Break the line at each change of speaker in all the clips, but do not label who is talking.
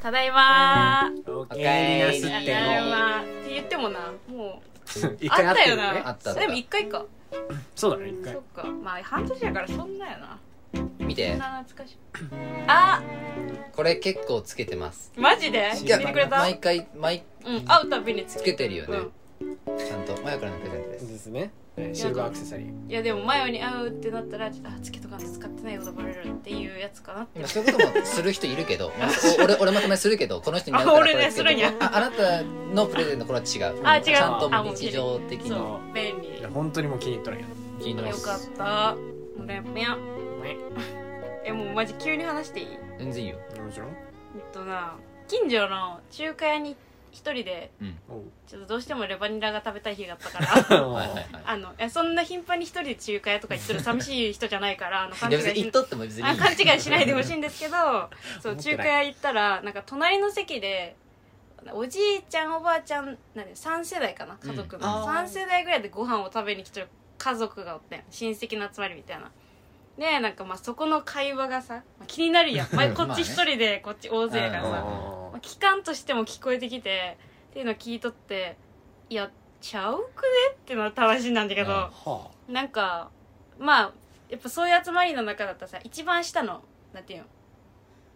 ただいまー
おか
えりなす
ただ
っ
い
ての
まーって言ってもなもう
一
あ
回
っ
あったた
よ
よね
な
あったあった
でも一回か
そうだね一
そ
回
っかまあ半年やからそんなよなそ
見
ん
て
な懐かしいあ
これ結構つけてます
マジで
知
見
ら
て
ない
くれた
毎回毎
うん会うたびにつ
つ
け
け
て
てるよねちゃんとマヨからのプレゼントで
そう
す
ですねねシルバーアクセサリー
いやでもマヨに会うってなったらちょっとあつけとかんと使ってないことバレるっていうやつかなって
今そういうこともする人いるけ ど、まあお俺俺まとめするけどこの人に会うから
あ俺ね
これつけて
するにゃ
ああなたのプレゼントこれは違う
あ違う
ちゃんと
あもう
日常的に
そう便
い
利
や本当にもう気に入っとるよ
気に入って
よ
ます
かったもうねめやえもうマジ急に話していい
全然いいよ
もちろん
えっとな近所の中華屋に一人で
うん
おう
ちょっとどうしてもレバニラが食べたい日があったから
はいはいはい
あのいやそんな頻繁に一人で中華屋とか行ってる寂しい人じゃないからあの勘
い
違
や
い
別に言っ
し
とっても別にい
あ
い
勘違いしないでほしいんです けどそう
思っ
中
てない
華屋行ったらなんか隣の席でおじいちゃんおばあちゃんなんで3世代かな家族の、
うんあー
3世代ぐらいでご飯を食べに来てる家族がおってん親戚の集まりみたいなでなんかまあそこの会話がさまあ気になるや ん、まあ、こっち一人でこっち大勢やからさ、
うん
まあ、期間としても聞こえてきてっていうのを聞いとっていやちゃうくねってのは正しいなんだけど、
うん
は
なんかまあやっぱそういう集まりの中だったらさ一番下のなんていうの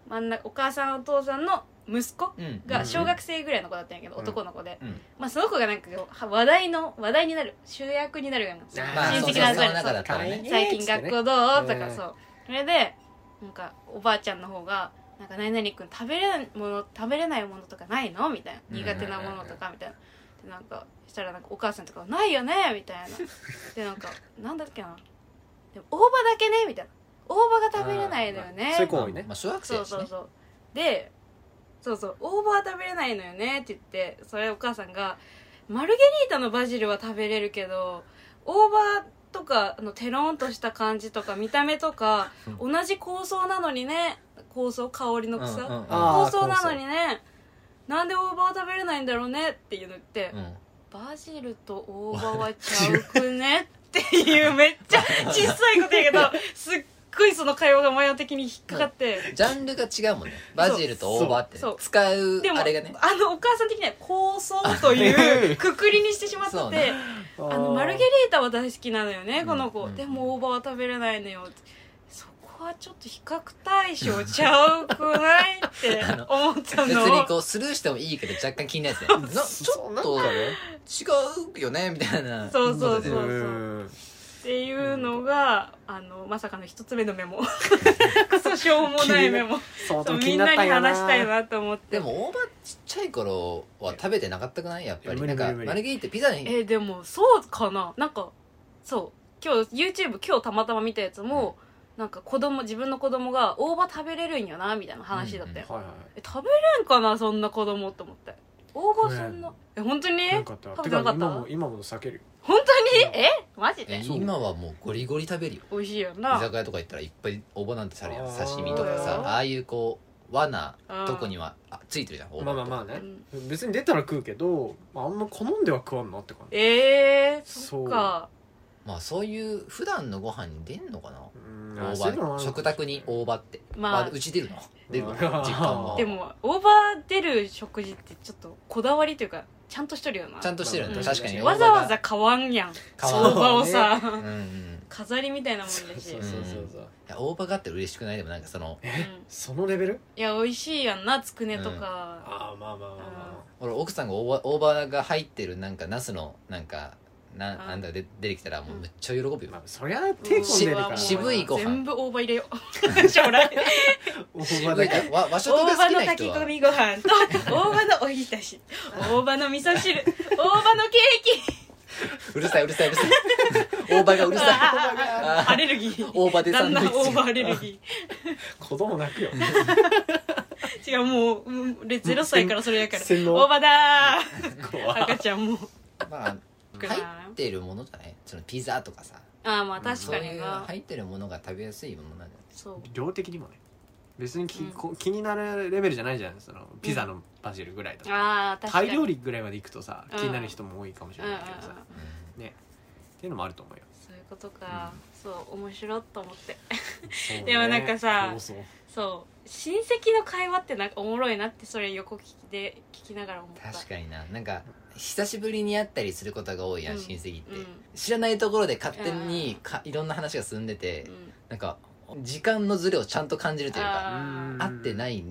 真ん中お母さんお父さんの息子
うん
が小学生ぐらいの子だったんやけど、
うん
男の子で、
うん
まあ、その子がなんかは話題の話題になる主役になるような
あ
まあ
親
そう
戚
そ
の
うそ
集まり
の中だったら
え
ね
ー
最
つ
近
って
学校
ね
どう、と
う
か
ん
そうそれでなんかおばあちゃんの方が「なんか何々君食べれんもの食べれないものとかないの?」みたいな「
うん
苦手なものとか」みたいな。でなんかしたらなんかお母さんとかは「ないよね」みたいなでなんかなんだっけな「でも大葉だけね」みたいな「大葉が食べれないのよね」
あーそういう子多いね
まあ小学生
そう
だし
そうそう
ね
でそうそうオーバー食べれないのよねって言ってそれお母さんが「マルゲリータのバジルは食べれるけどオーバーとかあのテロンとした感じとか見た目とか同じ香草なのにね香草香りの
うん
草、
うん
あ
香草なのにねなんでオーバー食べれないんだろうねって言って、
うん
バジルと大葉はちゃうくねっていうめっちゃ小さいこと やけどすっごいその会話がマヤ的に引っかかって。
ジャンルが違うもんねバジルと大葉ってね
そうそう
使う
でも
あれがね
あのお母さん的には香草というくくりにしてしまって
そう
て、
ね
あ
あのマルゲリータは大好きなのよねこの子、
うん
でも大葉は食べれないのよそこはちょっと比較対象ちゃうくないって 思った
別
の
にこうスルーしてもいいけど若干気になるやつね なちょっと違うよねみたいな
そうそう
ことで
そうっていうのがあのまさかの一つ目のメ モクソしょうもないメモ
相
そ
当
う
気
み
に
ん
なっ
な
た
に
んやな
話したいなと思って
でも大葉ちっちゃい頃は食べてなかったくないやっぱり
無
な
理
んか
無理無理
マルゲリータピザに
えでもそうかななんかそう今日 YouTube 今日たまたま見たやつも、なんか子供自分の子供が大葉食べれるんやなみたいな話だったよ、
はいはい
え食べれんかなそんな子供って思って大葉そんな、
ね
え本当に
なんかあった
食
て
べな
か
かった
今も今も避ける
本当に
うん
えマジ
え
で
そう
今はもうゴリゴリ食べるよ
美味しいよ
居
な
酒屋とか行ったらいっぱい大葉なんてさるやん
あー
刺身とか
そう
さ
よ
ああいうこう罠
うん
とこにはあついてるじゃん大葉
まあまあまあね別に出たら食うけどまああんま好んでは食わんなって感じ
えー、そっか
まあそういう普段のご飯に出んのかな
うんあ
大
そういうのもあ
葉
る
食卓に大葉って
まあ
まあうち出るの 出るの
うん
実家も
でも大葉出る食事ってちょっとこだわりというかちゃんとしとるよな
ちゃんとしてるよね
うん
確かに
わざわざ買わんやん
買
わん
大葉をさ、
大葉がうんうん
飾りみたいなもんだし
そうそうそうそう
いや大葉があって嬉しくないでもなんかその
うん
えそのレベル
いや美味しいやんなつくねとか、
ああまあまあまあまあま
俺奥さんが大葉大葉が入ってるなんかナスのなんかな
あ
なんだで出てきたらもうめっちゃ喜ぶよ、
あまあそりゃ手込んでるから
う
な
ちはもう
渋いご飯
全部大葉入れよ う将来
大葉
和
だけ
和和食
大
が好
葉
き
の
な
炊
人
き込
は
みご飯と 大葉のおひたし大葉の味噌汁大葉のケーキ
うるさいうるさいうるさい大葉がうるさい
あ
あ
アレルギー
大葉でサ
だ
ン
ん
ドイ
だん
ッ
大
チ
葉アレルギ
子供泣くよ
ー違うもう、うん、俺0歳からそれや から
洗脳
大葉だ
怖
ー赤ちゃんも
まあ
くない
入ってるものじゃないそのピザとかさ
ああまあ確
そう
か
い
に
う
な
入ってるものが食べやすいものなんだよ
そう
量的にもね別にき
うん
こ気になるレベルじゃないじゃないそのピザのバジルぐらいだと
ああ確か
タ
に
イ料理ぐらいまで行くとさ
うん
気になる人も多いかもしれないけど
う
さ
んうんうん
うん
ねっていうのもあると思うよ
そういうことか、そう面白っと思って
そうね
でもなんかさ
そうそう
そう親戚の会話ってなんかおもろいなってそれ横聞きで聞きながら思った
確かにななんか久しぶりに会ったりすることが多いやん、
うん
親戚って、
うん
知らないところで勝手
う
に
ん
かいろんな話が進んでて、
うん
なんか時間のズレをちゃんと感じるというか
あー
会ってない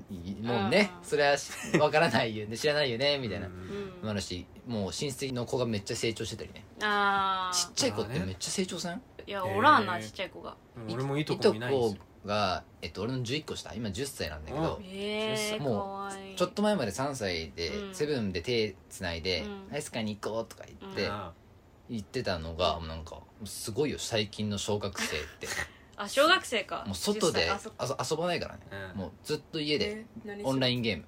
もんね
うん
それはしわからないよね知らないよねみたいな
う
うんん
もあるしもう親戚の子がめっちゃ成長してたりね
あ
ちっ
あ
ちゃい子っ
まあ
て
ね
めっちゃ成長せん、
いやおらんな、
へー
ちっちゃい子が
俺もいとこもいないんですよ
とこが、えっと、俺の11個下今10歳なんだけ
う
ど
ん
ええー、か
もう
わいい
ちょっと前まで3歳で、
うん
セブンで手つないで
うん
アイス買いに行こう」とか言って、
うん
あ
言ってたのがもうなんかすごいよ最近の小学生って
あ小学生か
もう外で
実際
あ
あそっか
そ遊ばないからね
あうん
もうずっと家で
え
オンラ
イ
インゲーム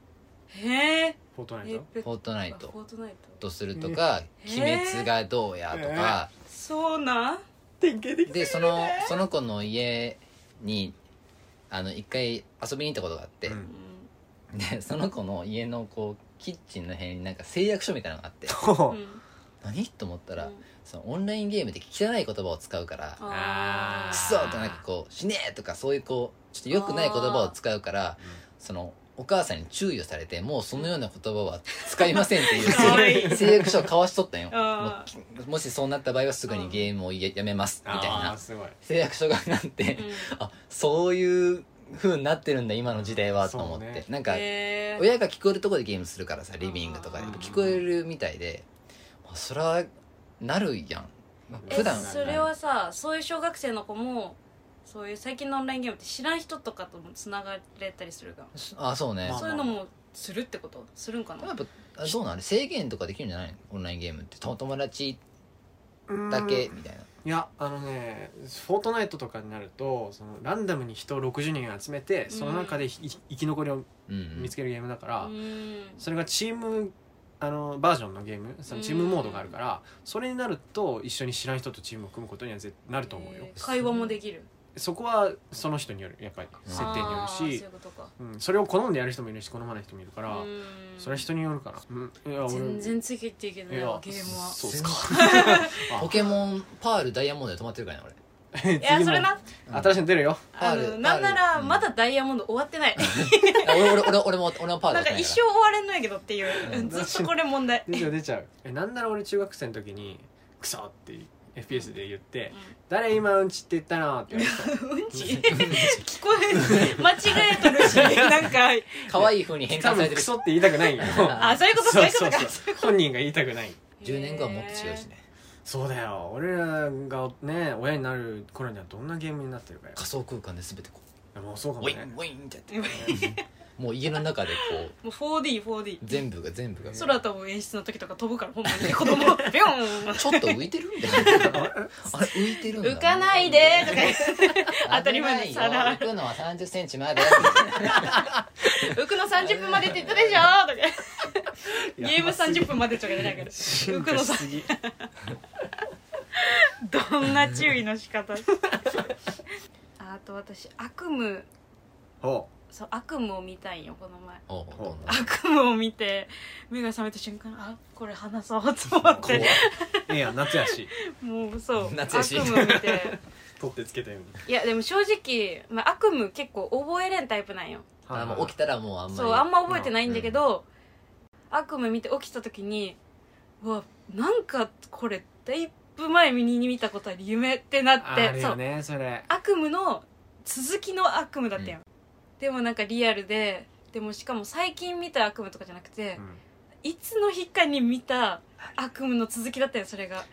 ンへえ
フォートナイ
え
ト
「フォートナイ
あフ
ト
ォートナイ」ト
とするとか「
え
鬼滅がどうや」とか
そうなん
典型的
でそのその子の家にあの一回遊びに行ったことがあって、
うん
う
でその子の家のこうキッチンの辺になんか誓約書みたいなのがあって
んうん
何と思ったら、
うん
そのオンラインゲームで汚い言葉を使うから
あ
あ
ク
ー
ソとなんかこう「死ね!」とかそういうこうちょっと良くない言葉を使うからそのお母さんに注意をされてもうそのような言葉は使いませんってい
かわいうい
誓約書を交わしとったんよ
あ
もうもしそうなった場合はすぐにゲームをややめますみたい
あ
な
ーすごい
誓約書がなって、あそういう風になってるんだ今の時代はと思って、
そうね
なんか
へー
親が聞こえるとこでゲームするからさリビングとかで
うん
聞こえるみたいで、あそりゃなるやん
え
普段
それはさそういう小学生の子もそういう最近のオンラインゲームって知らん人とかともつながれたりするが
あそうね、
まあ
そういうのもするってことするんかな
やっぱあどうなの制限とかできるんじゃないのオンラインゲームってと友達だけみたいない
やあのねフォートナイトとかになるとそのランダムに人を60人集めてその中でひ、生き残りを
うんうん
見つけるゲームだから、
うん
それがチームあのバージョンのゲームそのチームモードがあるから、それになると一緒に知らん人とチームを組むことには絶なると思うよ
へ、ー会話もできる
そこはその人によるやっぱり設定によ
あーそう
る
い
し
うことか
うん、それを好んでやる人もいるし好まない人もいるから、
うん
それは人によるから、うん、いや俺
全然ついていっていけない
いや
わゲームは
そうっすか あ
ポケモンパールダイヤモンドで止まってるからね
次
いや
も
それな
俺、
新しいの出るよ
あ
あ
の
る
なんな
あ
ら
る
まだダイヤモンド終わってない
あ俺俺俺俺も俺もパール
なん
だ
か
った
一生終われんのやけどっていう
うん
ずっとこれ問題
出ちゃう出ちゃう えなんなら俺中学生の時に「クソ!」って FPS で言って「誰今うんちって言ったの?」って言わ れ
うんち聞こえ間違えとるしなんか
可愛い風に変
て多
換され
分ク
てる
ソって言いたくないよ
あそういうことそういうことか
そうそうそう本人が言いたくない
10年後はもっと違うしね
そうだよ俺らがね親になる頃にはどんなゲームになってるかよ
仮想空間で全てこ
もうそう
う
か
ウ
も
ィン
ね
ウィンってやって
へー
もう家の中で こ
もう 4D4D
う全部が全部がちょっ
空飛ぶ演出の時とか飛ぶからほんまに子供ビョン
と浮いてるんだよね あれ浮いてるんだ
浮かないでとか言って
当
当たり前
よ
さら
浮くのは3 0ンチ まで
浮くの30分までって言ったでしょとかゲーム30分までとかじゃないから浮
進
く
化
の
し
さ
すぎ
どんな注意の仕方あと私悪夢
ほ
そう悪夢を見たいんよこの前
おうどんどん
悪夢を見て目が覚めた瞬間あこれ話そうと思っ
怖い
て
うええやん夏やし
もうそう
夏や
悪
し
夢を見て
取ってつけたように
いやでも正直、まあ、悪夢結構覚えれんタイプなんよ
あもう起きたらもうあんまり
そうあんま覚えてないんだけど、悪夢見て起きた時にうわなんかこれだいぶ前に見たことある夢ってなっ
あ
て
ある
そ
よ
う
ねそれ
悪夢の続きの悪夢だったよ、でもなんかリアルででもしかも最近見た悪夢とかじゃなくて、
うん
いつの日かに見た悪夢の続きだったよそれが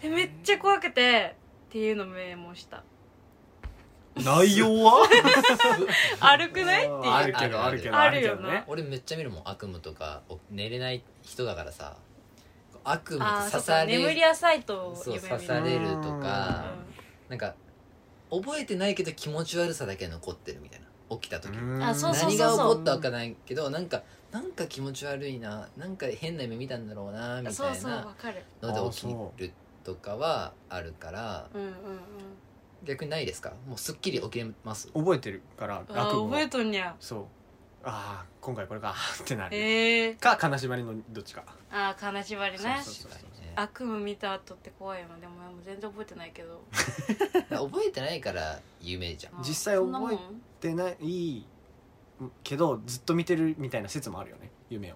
でめっちゃ怖くてっていうのをメモ した
内容は
歩くないっていう
あるけどあるけど
あるよな
ね
俺めっちゃ見るもん悪夢とかお寝れない人だからさ悪夢
あ
と
ーそうか
刺さ
眠
れ
り
る
浅いと
そう
夢
刺
見
さ
る
れると
う
か
ん
なんか覚えてないけど気持ち悪さだけ残ってるみたいな起きた時
あそうそうそう
何
そう
が起こったかわからないけどなんかなんか気持ち悪いななんか変な夢見たんだろうなみた
そう
い
そうわ
な
かる
ので
あ
起
そ
きるとかはあるから
うんうんうん
逆にないですかもうすっきり起きれます
覚えてるから
あ
悪夢を
覚えとんにゃ
そうああ今回これか ってなる、
ええ
か金縛りのどっちか
ああ金縛りね
そうそうそう
確かにね
悪夢見た後って怖いよなでももう全然覚えてないけ ど
覚えてないから有名じゃん
実際
そんなもん
覚でないいけどずっと見てるみたいな説もあるよね夢を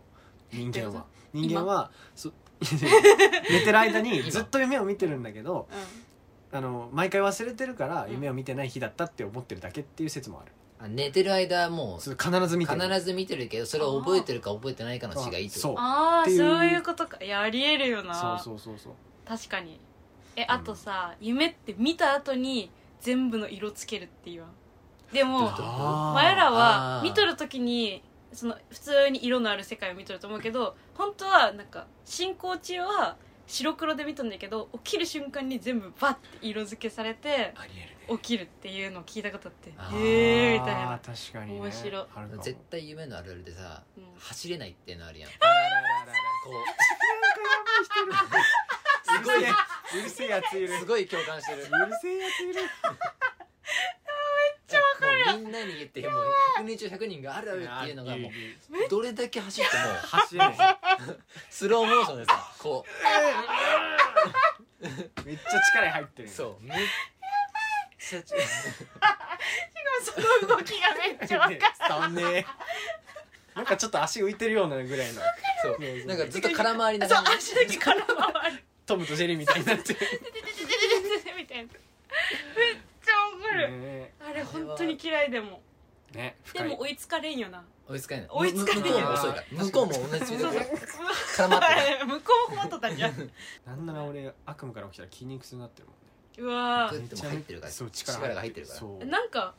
人間は人間はそ 寝てる間にずっと夢を見てるんだけどあの毎回忘れてるから
うん
夢を見てない日だったって思ってるだけっていう説もある
あ寝てる間はもう
それ必ず見てる
必ず見てるけどそれを覚えてるか覚えてないかの違いって
そう
こ
うん、あ
っ
あ
ていう
そういうことかいやありえるよな
そうそうそうそう
確かにえあとさ、夢って見た後に全部の色つけるって言わんでも
あー
我ら
あ
は
ー
見とる時にその普通に色のある世界を見とると思うけど本当はなんか進行中は白黒で見とんだけど起きる瞬間に全部バッて色付けされて
ありえる
起
ね
きるっていうのを聞いたことあって
あ
へえー、みたい
あ
な、
ー確かにね
面白い
あるか
と
も
絶対夢のあるあるでさ
うん
走れないっていうのあるやんこ
あららららら
う
すごいねうるせえやついる
すごい共感してる
うるせえやついる
ちゃかるみんなに言ってもう100人中100人があるあるっていうのがもうどれだけ走っても
走れない
スローモーションでさこ
めっちゃ力入って
う
る
そうめっちゃ
その動きがめっちゃわかる
伝わんねえなんかちょっと足浮いてるようなぐらいの
そうなんかずっと空回りなが
そう
ら
足だけから回る
トムとジェリーみたいになってる
ててててててててみたいなめっちゃ怒る、
ね
あれ本当に嫌いでも
えね
で
深い
も追いつかれんよな
追いつかない
追いつかない
向こうも遅いから向こうも同じスピードで絡まっ てる
向こうも困っとったんじゃん
なんなら俺悪夢から起きたら筋肉痛になってるもんね
うわ
ず
ー
っとも入ってるから
そう
力が入ってるから
そう
なんか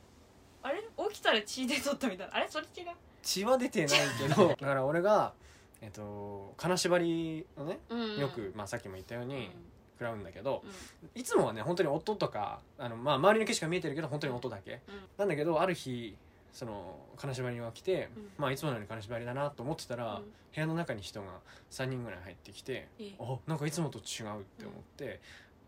あれ起きたら血出とったみたいなあれそれ違う
血は出てないけどだから俺がえっと金縛りをね
うん
よく、まあ、さっきも言ったよう
うん
に食らうんだけど、
うん
いつもはね本当に音とかあの、まあ、周りの景色が見えてるけど本当に音だけ、
うん
なんだけどある日その金縛りが来て、
うん
まあ、いつものように金縛りだなと思ってたら、
うん
部屋の中に人が3人ぐらい入ってきて、
ええ
あなんかいつもと違うって思って、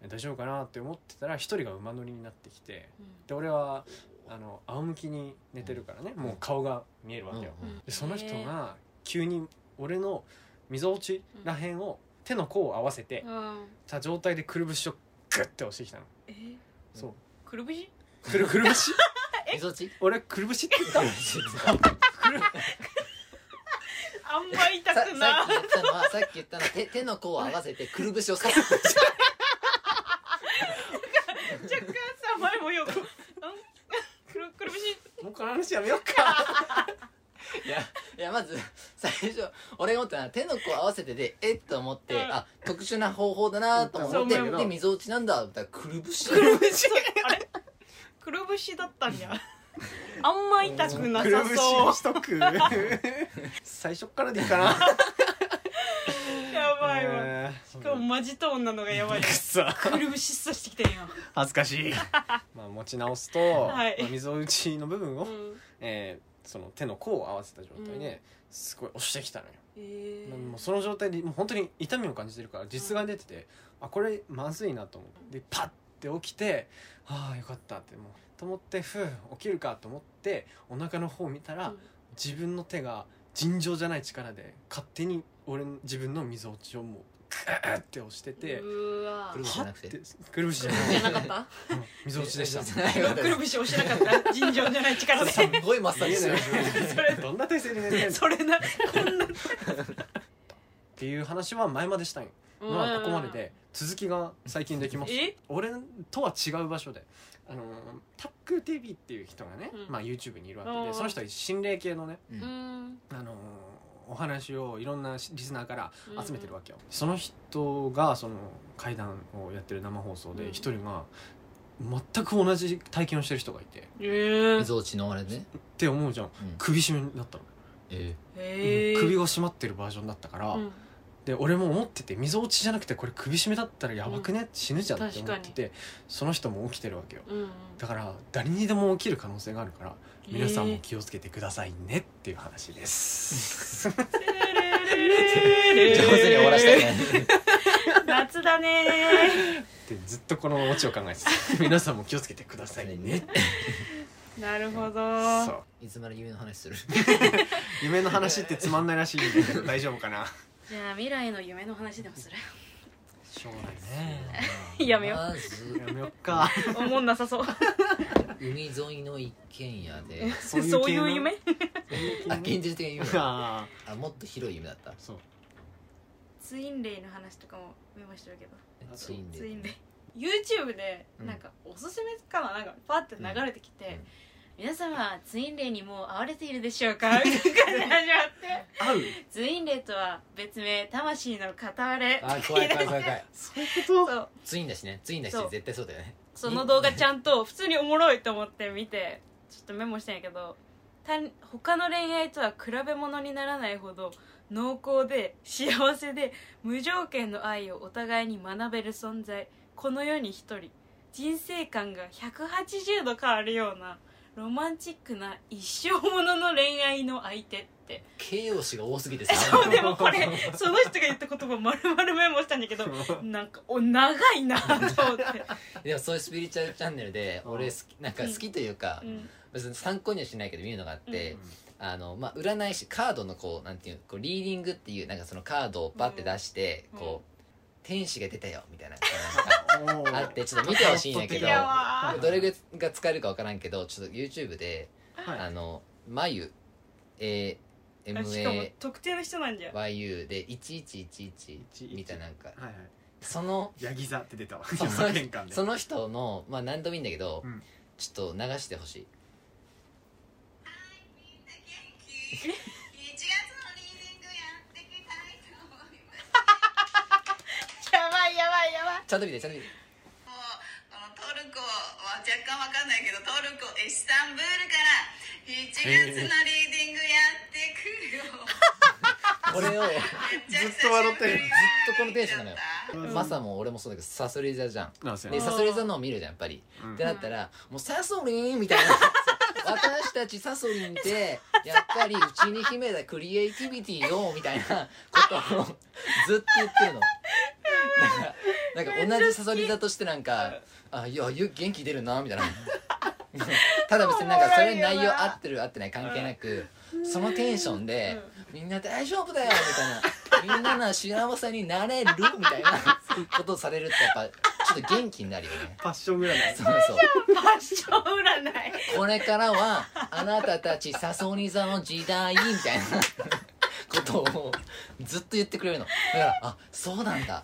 え大丈夫かなって思ってたら一人が馬乗りになってきてで俺はあの仰向きに寝てるからね、もう顔が見えるわけよ、
うんうん
でその人
へー
が急に俺のみぞおちらへんを手の甲を合わせて
うん
た状態でくるぶしをグッて押してきたの
え
そう
くるぶし
くるくる ぶし
みぞち
俺くるぶしって言ったの
あんまり痛
ささっ
く
き
な
言ったのはさっき言ったのは手手の甲を合わせてくるぶしを刺す
若干さ前も よくうんくるくるぶし
もうこの話やめよっか
いやいやまず最初俺が思ったのは手の甲を合わせてでえっと思って
うん
あ特殊な方法だなと思って
そう思う
よ
でみぞおちなんだと思ったらくるぶし
くるぶしだったんじゃんあんま痛くな
くる
さ
ぶし
そ
をしと く最初っからでいいかな
うやばいわ
えー
しかもマジトーンなのがやばい
くっそ
くるぶし刺してきたんや
恥ずかしいまあ持ち直すと、
はい
まあ、みぞおちの部分を、
うん
えーその手の甲を合わせた状態で、
うん
すごい押してきたのよ、
えー
もうその状態でもう本当に痛みを感じてるから実が出てて、あこれまずいなと思ってでパッて起きてああよかったってもうと思ってふう起きるかと思ってお腹の方を見たら、
うん
自分の手が尋常じゃない力で勝手に俺の自分のみぞおちをもうグーって押してて、
うーわ
くるぶしじゃなくて
でくるぶしじゃない
じゃなかった
うんみぞおちでした
くるぶし押してなかった尋常じゃない力です
ごいマッサージしてる
それ
どんな体勢で寝てんのっ
それなこんな
ていう話は前までしたんよまあここまでで続きが最近できました
え
俺とは違う場所であのータック TV っていう人がね、
うん
まあ、YouTube にいるわ
う
けで
ん
その人は心霊系のね、
うん
うん
あのーお話をいろんなリスナーから集めてるわ
け
けよ、その人がその怪談をやってる生放送
う
で
ん
一人が全く同じ体験をしてる人がいてっ
え
みぞおちのあれね
て思うじゃん
うん
首絞めだったの、
え
え
うん首
を
を絞まってるバージョンだったから、で俺も思っててみぞおちじゃなくてこれ首絞めだったらやばくね、死ぬじゃんって思っててその人も起きてるわけよだから誰にでも起きる可能性があるから皆さんも気をつけてくださいねっていう話です、
え 上手に終わらせたね
夏だね
でずっとこのオチを考えて た皆さんも気をつけてくださいね
なるほど
そう
いつまで夢の話する
夢の話ってつまんないらしいんだけど大丈夫かな
じゃあ未来の夢の話でもする
しょうがないね
やめよう
まず
やめよっか
おもんなさそう
海沿いの一軒家で
そういう夢
あ現実的な夢だ
ああ
あもっと広い夢だった
そう
ツインレイの話とかもメモしてるけど
ツインレイ
ツインレイ YouTube でなんかおすすめかななんかパって流れてきて、
うんうん
皆様ツインレイにもう会われているでしょうかみたいな感じで始まって
合う
ツインレイとは別名魂の片割れ
あ怖い怖い怖い怖い
そういうこと
そう
ツインだしねツインだし
そう
絶対そうだよね
その動画ちゃんと普通におもろいと思って見てちょっとメモしたんやけど他他の恋愛とは比べ物にならないほど濃厚で幸せで無条件の愛をお互いに学べる存在この世に一人人生観が180度変わるようなロマンチックな一生ものの恋愛の相手って
形容詞が多すぎてさ
そうでもこれその人が言った言葉丸々メモしたんだけどなんかお長いなと思って、
でもそういうスピリチュアルチャンネルで
うん
俺好きなんか好きというか、
うん
別に参考にはしないけど見るのがあって、
うん
あのまあ、占い師カードのこうなんていうこうリーディングっていうなんかそのカードをバッて出して、
うん
こう天使が出たよみた いな
おー
あってちょっと見てほしいんやけ
い
ど
やわ
どれが使えるか分からんけどちょっと YouTube で
はい
あの眉 A
あしかも
MAYU
特定の人なんじゃ
で1111みたいななんか
はいはい
その
ヤギ座って出たわ
そうそ の
4年間で
その人の、まあ、何度もいいんだけど、
うん
ちょっと流してほしい
1月のリーディングやってきたいと思います
やばいやばいやばい
ちゃんと見てちゃんと見て
もうこのトルコは若干わかんないけどトルコイスタンブールから1月のリーディングやってくる
これ
よ、
をずっ
ずっと笑って る
とこのテンションなのよ
うん
マサも俺もそうだけどサソリ座じゃん
なんすよ
で
う
サソリ座のを見るじゃんやっぱり
うん
ってなったらもうサソリンみたいな 私たちサソリンってやっぱりうちに秘めたクリエイティビティよみたいなことをずっと言ってるのなんかなんか同じサソリ座としてなんかあいやゆ元気出るなみたいなただ別になんかそれに内容合ってる合ってない関係なくそのテンションでみんな大丈夫だ よみたいなみんなの幸せになれるみたいなことをされるとやっぱちょっと元気になるよね
パッションぐらい
そうそう
ファッション占い
これからはあなたたちサソリ座の時代みたいなことをずっと言ってくれるのだからあそうなんだ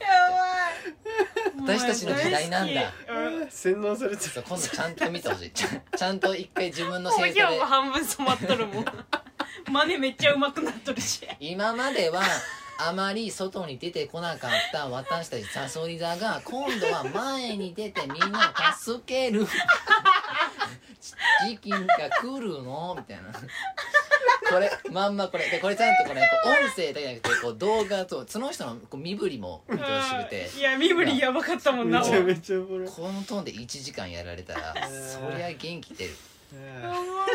ばい私たちの時代なんだ
うん
洗脳されちゃ
そう今度ちゃんと見てほしいちゃちゃんと一回自分の
もう
星座
今
で
も半分染まっとる もんマネめっちゃうまくなっとるし
今まではあまり外に出てこなかった私たちサソリ座が今度は前に出てみんなを助ける時期が来るのみたいなこれまんまこれでこれちゃんとこれこう音声だけじゃなくてこう動画とその人のこう身振りも見てほしくて
いや身振りやばかったも
うんめ
な
ちゃめちゃおもろい
このトーンで1時間やられたらそりゃ元気出る
おもろいわ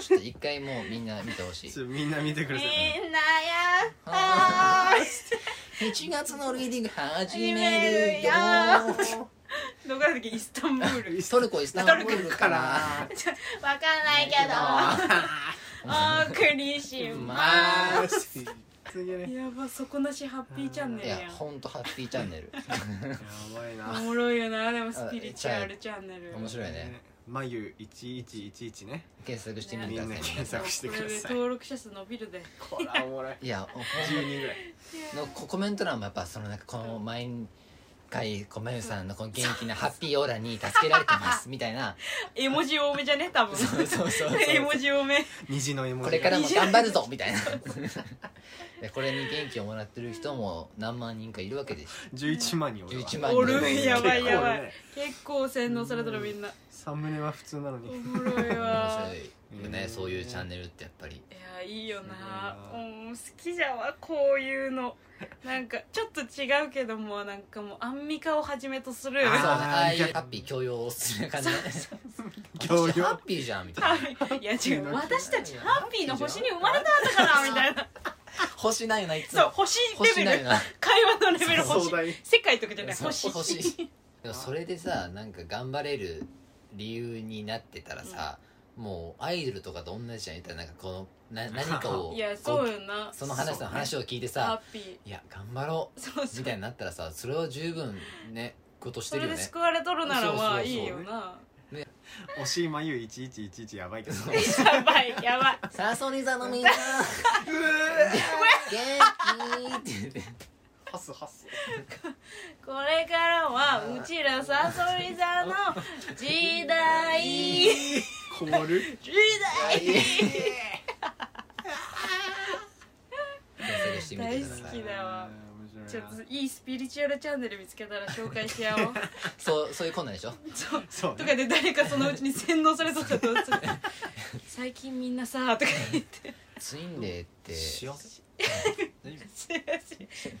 ちょっと一回もうみんな見てほしい
ちょっとみんな見てください
みんなや
は ーい1月のリーディング始めるよ
どこだっけイスタンブール
トルコイスタンブールから
わかんないけどお送りし
ま
ーす次ね
やば底なしハッピーチャンネ
い
ルやん
やほんとハッピーチャンネ ル
やばい
お
な
もろいよなでもスピリチュアルチャンネル
面白いね
眉1111ね
検索してみて
みん
く
な
ださいね
検索してくだ
これで
さい
登録者数伸びるで
こらおもろい
いやほん
10人ぐらい
のココメント欄もやっぱそのなんかこの毎回こうまゆさんのこの元気なハッピーオーラに助けられてますみたいな
絵文字多めじゃね多分
そうそうそうそう
絵文字多め
虹の絵文字
これからも頑張るぞみたいなでこれに元気をもらってる人も何万人かいるわけです
11万人おるわ
11万
おる
人
やばい
結構
やばい
ね
結構洗脳されたらみんな
サムネは普通なの
お
に
もろいわ
面白いよねそういうチャンネルってやっぱり
いやいいよな
すご
うん好きじゃわこういうのなんかちょっと違うけどもなんかもうアンミカをはじめとする
そうね
あ
ああいうハッピー教養をする感じね
教養
私ハッピーじゃんみた いな
いや違う私たちハッピーの星に生まれたんだからみたいな
星ないよないつ
そう
も
星
星
レ
な
ベ
い
ル
よな
会話のレベル
壮
星
大
世界とかじゃない
そう
星
星でもそれでさなんか頑張れる理由になってたらさ、もうアイドルとかと同じじゃんみたいななんかこの な何かを
いやそう
こ
よな
うその話
そう
の
ね
話を聞いて
ハッ
さ、
ピー
いや頑張ろ
そう
う
そ
み
う
たいになったらさそれは十分ねことし
そ
てる
れ
よ
で
ね
救われとるならまあ
そうそうそう
いいよな
惜しい眉1111やばいけど
そう
やばいやばい
サソリ座 のみんな元気って言って
ハスハス
これからはうちらサソリ座の時代時
こもる
代
セルしてみてくだ
大
さ
好き
い
だわ
面
ち
白
ょ
いな
っといいスピリチュアルチャンネル見つけたら紹介し合おう
そうそういうこんなんでしょ
そう
そう
と
ね
かで誰かそのうちに洗脳されとったらどうする最近みんなさとか言って
ツインレイって
幸せ 大丈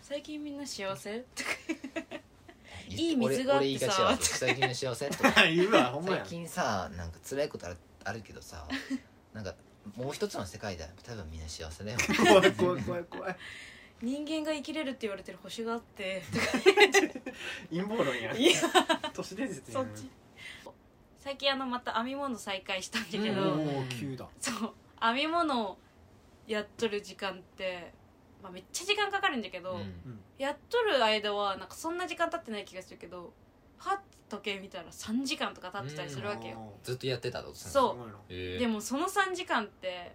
最近みんな幸せとかい
い
い水があってさ
俺俺言いがちだわ最近の 幸せとか
夫言うわほんま
最
や
近さなんか辛いことあるあるけ どさなんかもう一つの世界だよ多分みんな幸せ だよ
怖い怖い怖い怖い
人間が生きれるって言われてる星があって
陰謀論や
いや
都市伝説や
そっ
ん
ち最近あのまた編み物再開したんだけど、
うんうんうん
おお急だ
そう編み物をやっとる時間って、まあ、めっちゃ時間かかるんだけど、
うん
やっとる間はなんかそんな時間経ってない気がするけどはっと時計見たら3時間とか経ってたりするわけよ、
おー
ずっとやってたの
そう
すごいな
へえ
でもその3時間って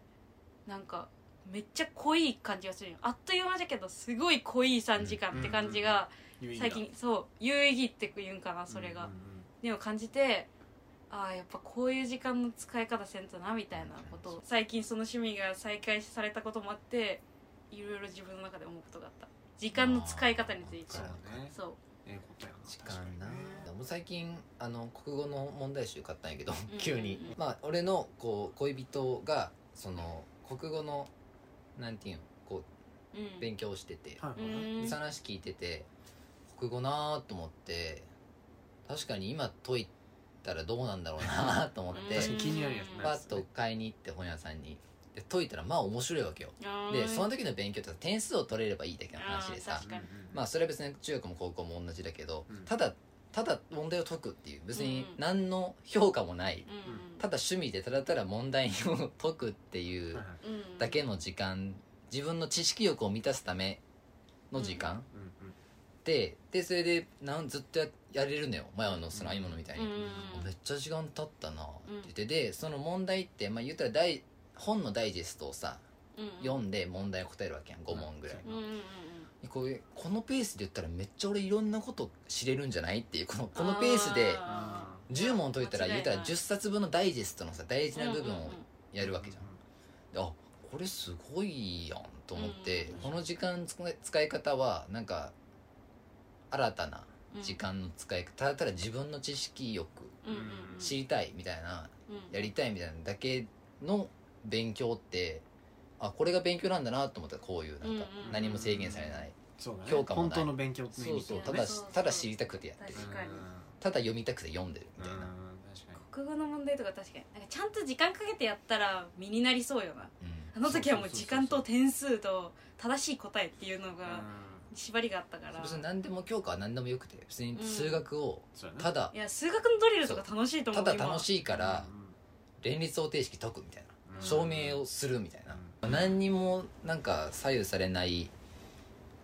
なんかめっちゃ濃い感じがするよあっという間だけどすごい濃い3時間って感じが
有意義だ
最近そう有意義って言うんかなそれが
うんうんうん
でも感じてああやっぱこういう時間の使い方せんとなみたいなことを最近その趣味が再開されたこともあっていろいろ自分の中で思うことがあった時間の使い方について
そうね
そう
ええことやな
時間な
確かにね
でも最近あの国語の問題集買ったんやけど
うん
急に
うん
まあ俺のこう恋人がその国語のなんていうのこ
うん
う勉強してて
は
う
いはいはい
ん
その話聞いてて国語なーと思って確かに今解いたらどうなんだろうなーと思って
確かに気になるやつね
パッと買いに行って本屋さんにで解いたらまあ面白いわけよでその時の勉強ってさ点数を取れればいいだけの話で
あ
さ
ー確かに
うんうん
まあそれは別に中学も高校も同じだけど、
うん
ただただ問題を解くっていう別に
うん
何の評価もな
う
い、
んうん
ただ趣味でただただ問題を解くっていう
はいはい
うんうん
だけの時間自分の知識欲を満たすための時間、
うんうん
ででそれでなんずっとややれるのよ前のその今のみたいに、
うんうんうん
めっちゃ時間経ったなって言って、でその問題って、まあ、言ったら大本のダイジェストをさ
うんうん
読んで問題を答えるわけやん5問ぐらい、
うんうんうん
こういうこのペースで言ったらめっちゃ俺いろんなこと知れるんじゃないっていうこのこのペースで
あー
10問解いたら
間
言
違
った
な
ら
い
10冊分のダイジェストのさ大事な部分
うんうん
をやるわけじゃん、であこれすごいやんと思って、
うん
この時間使い使い方はなんか新たな
うん
時間の使い方ただただ自分の知識欲
うんうんうん
知りたいみたいな
うん
やりたいみたいなだけの勉強ってあこれが勉強なんだなと思ったこういうなんか
うんうんうん
何も制限されない
そうだね
評価もない
本当の勉強ってい
そうそう
いや
ただ
そうそう
ただ知りたくてやってる
確かに
ただ読みたくて読んでるみ
みた
たい
いな
な、
確かに
国語の問題とか確かになんかちゃんと時間かけてやったら身になりそうよな
うん
あの時はもう時間と点数と正しい答えっていうのが
うん
縛りがあったから
別に何でも教科は何でもよくて別に数学を
そうやな
ただ
い、や数学のドリルとか楽しいと思
た
う
だ楽
い
しいから連立方程式解くみたいな証明をするみたいな、何にもなんか左右されない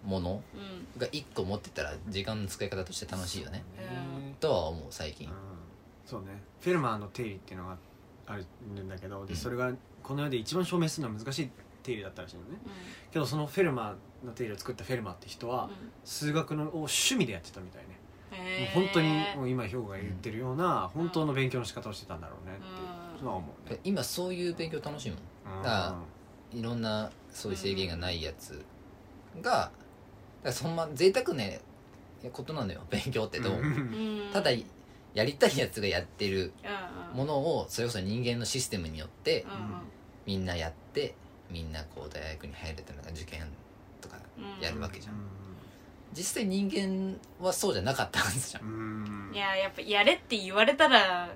もの
うん
が1個持ってたら時間の使い方として楽しいよね
うん
とは思う最
う
近
んそうねフェルマーの定理っていうのがあるんだけど
う
で
ん
それがこの世で一番証明するのは難しい定理だったらしいのねけどそのフェルマーの定理を作ったフェルマーって人
うん
は数学のを趣味でやってたみたいねもう
へー
本当にもう今兵庫が言ってるような本当の勉強の仕方をしてたんだろうねっていうのは思うね
今そういう勉強楽しいも
うん
あんいろんなそういう制限がないやつが、だからそんな贅沢ねことなのよ勉強ってど
う
う、
ん
うんうん
ただ
うん
やりたいやつがやってる
うん
ものをそれこそ人間のシステムによって
う
みんなやってみんなこう大学に入るっていうのが受験とか
んうん
やるわけじゃん
う
実際人間はそうじゃなかったはずじゃん
ん
いややっぱやれって言われたら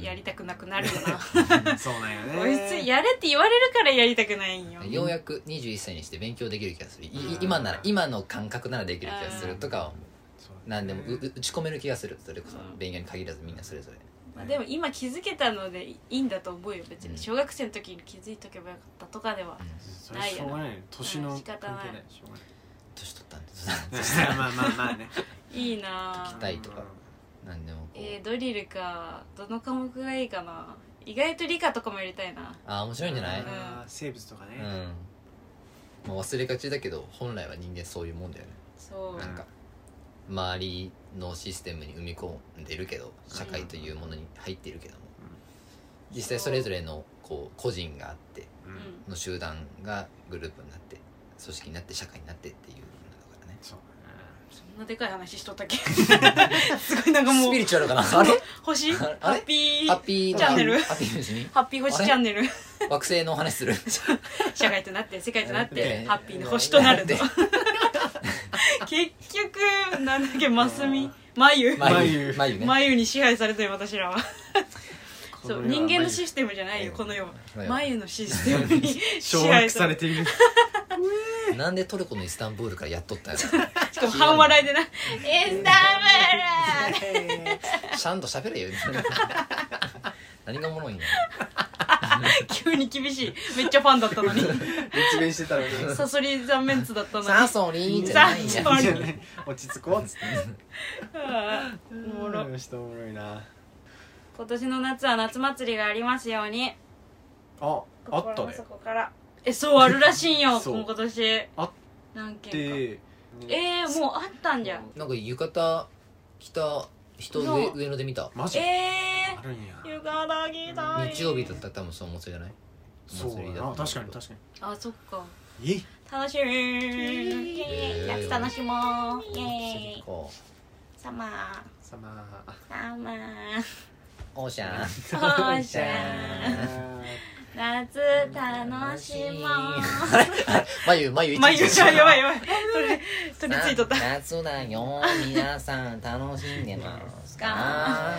やりたくなくなるよな
そうなんよ ね
こいつやれって言われるからやりたくないんよ
ようやく21歳にして勉強できる気がするいい
うん
今なら今の感覚ならできる気がするとかは
そう
何でもうう打ち込める気がするそれこそ
うん
勉強に限らずみんなそれぞれ
まあ、でも今気づけたのでいいんだと思うよ別に小学生の時に気づいとけばよかったとかでは
それしょうがないね年の関係ないしょうがない
年取ったんです
まあ まあまあ ね
いいな
聞きたいとか何でもこう
えー、ドリルかどの科目がいいかな意外と理科とかもやりたいな
ああ面白いんじゃない
うん
あー生物とかね
うん、まあ、忘れがちだけど本来は人間そういうもんだよね
そう
なんか周りのシステムに生み込んでるけど社会というものに入っているけども実際それぞれのこう個人があって
うん
うん
の集団がグループになって組織になって社会になってっていうのだからね
そうだね
そんなでかい話しとったっ けすごいなんかも
ス
う
ピリチュアルかなあれ
星
あれ
ハッピー
ハッピー
チャンネル
ハッピーニュースに
ハッピー星チャンネル
惑星のお話する
社会となって世界となっ
ね
てハッピーの星となる
で
と 結局なんだっけマスミ眉
眉眉ね
眉に支配されてる私らはそう人間のシ
ス
ステムじゃないよ
うん
この世は
この世は
眉のシステムに
掌
支
握
配さ
さ
れ
れ
て
ている
なんでトルコのイスタンブールからやっとったんや
しかも半笑いでな「インスタンブール!
ろちゃんと喋れよ何がおもろいんや」
急に厳しいめっちゃファンだったのに
熱弁してたらね
サソリザメンツだったのに
サンソ リーンじゃないん
サ
や
ンソリーン
落ち着こうっつって
ああおもろ
うん人おもろいな
今年の夏は夏祭りがありますように
ああった
心の
ね
底からえそうあるらしいんよ
そう
今年
あっ
何件か
で
えー、もうあったんじゃん
なんか浴衣着た人上
そう
上野で見た
マジ
え
あるんや
ー、浴衣着たい
日曜日だったら多分そのお祭りじゃない
そう
お祭り
だ
と
な
思けど
確かに確か
あそっか
にえ
楽しみー
ー
夏楽しもうイ
お
エ
祭
ー
り
イ
か
サマ
さまあ
ーサマー
オーシャン
おーし
じゃ
ゃん
あ
夏楽しもう
眉眉一
まあ、
日
やばいやばいやばいそれ取りついとった
夏だよ皆さん楽しんでます
か
か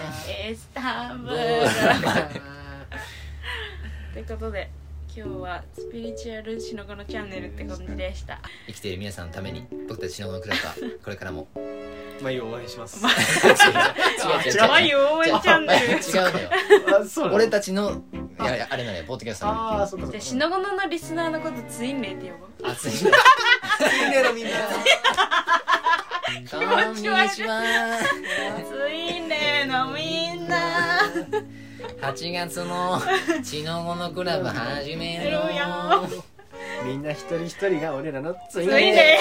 イスタンブ
ブ
ール
ー
ということで今日はスピリチュアルしのこのチャンネルって感じでした
生きている皆さんのために僕たちシノゴのクラブはこれからも
まあいいよ応援します
違う違う違う
かわいい応援チャンネル
違うのよ
あそう
俺たちのいやいやあれなのよポッドキャストの
ああそっかそ
じゃ
っ
あ
か
シノゴノのリスナーのことツインレイって呼 ぼう
熱いんだ
いねのみんな
こんにちは
ツインレイのみんな
8月の血の後のクラブ始めろ
やろ
よ
みんな一人一人が俺らのツイ
ツインレ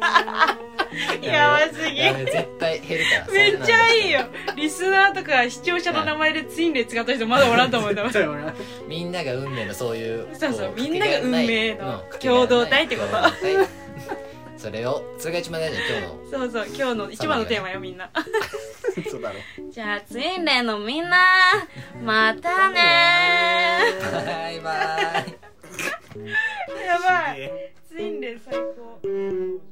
イやばすぎ
やべ絶対減るから
めっちゃ
い
いいよリスナーとか視聴者の名前でツインレイ使った人まだおらんと思う多分
だよな
みんなが運命のそういう
そうそう
こ
みんなが運命の共同体ってこと
かけがえないうんかけがえないそれをそれが一番大事だよ今日の
そうそう今日の一番のテーマよみんな
そうだろ
じゃあツインレイのみんなまたね
バ
ー
イバイ
やば
す
い
げえ
ツインレイ最高